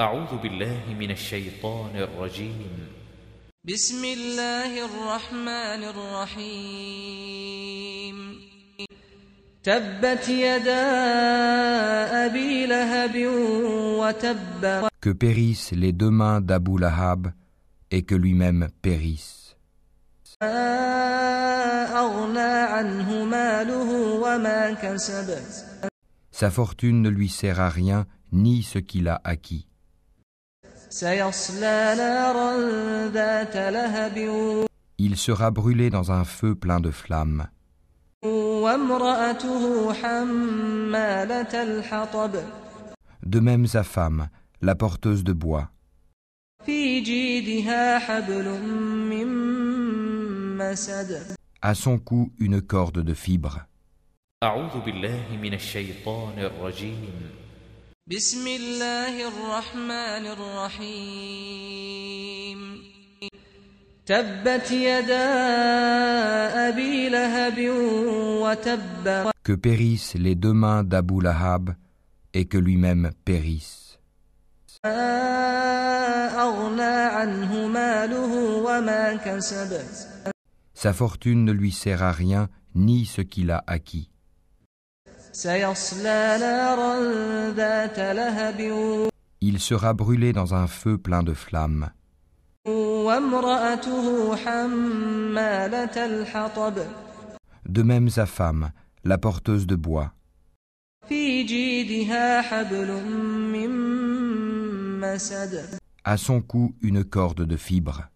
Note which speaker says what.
Speaker 1: أعوذ بالله من الشيطان الرجيم
Speaker 2: بسم الله الرحمن الرحيم تبت يدا أبي لهب وتب
Speaker 3: que périssent les deux mains d'Abou Lahab et que lui-même périsse.
Speaker 2: ما أغنى عنه ماله وما كسب
Speaker 3: Sa fortune ne lui sert à rien, ni ce qu'il a acquis.
Speaker 2: سيصلى نارا ذات لهب
Speaker 3: Il sera brûlé dans un feu plein de flammes.
Speaker 2: وامرأته حمالة الحطب
Speaker 3: De même sa femme, la porteuse de bois.
Speaker 2: في جيدها حبل من مسد
Speaker 3: À son cou une corde de fibre.
Speaker 1: أعوذ بالله من الشيطان الرجيم
Speaker 2: بسم الله الرحمن الرحيم تبت يدا أبي لهب وتب
Speaker 3: Que périssent les deux mains d'Abou Lahab et que lui-même périsse.
Speaker 2: ما أغنى عنه ماله وما كسب
Speaker 3: Sa fortune ne lui sert à rien, ni ce qu'il a acquis.
Speaker 2: سيصلى نارا ذات لهب
Speaker 3: Il sera brûlé dans un feu plein de flammes.
Speaker 2: وامرأته حمالة الحطب
Speaker 3: De même sa femme, la porteuse de bois.
Speaker 2: في جيدها حبل من مسد
Speaker 3: À son cou une corde de fibre.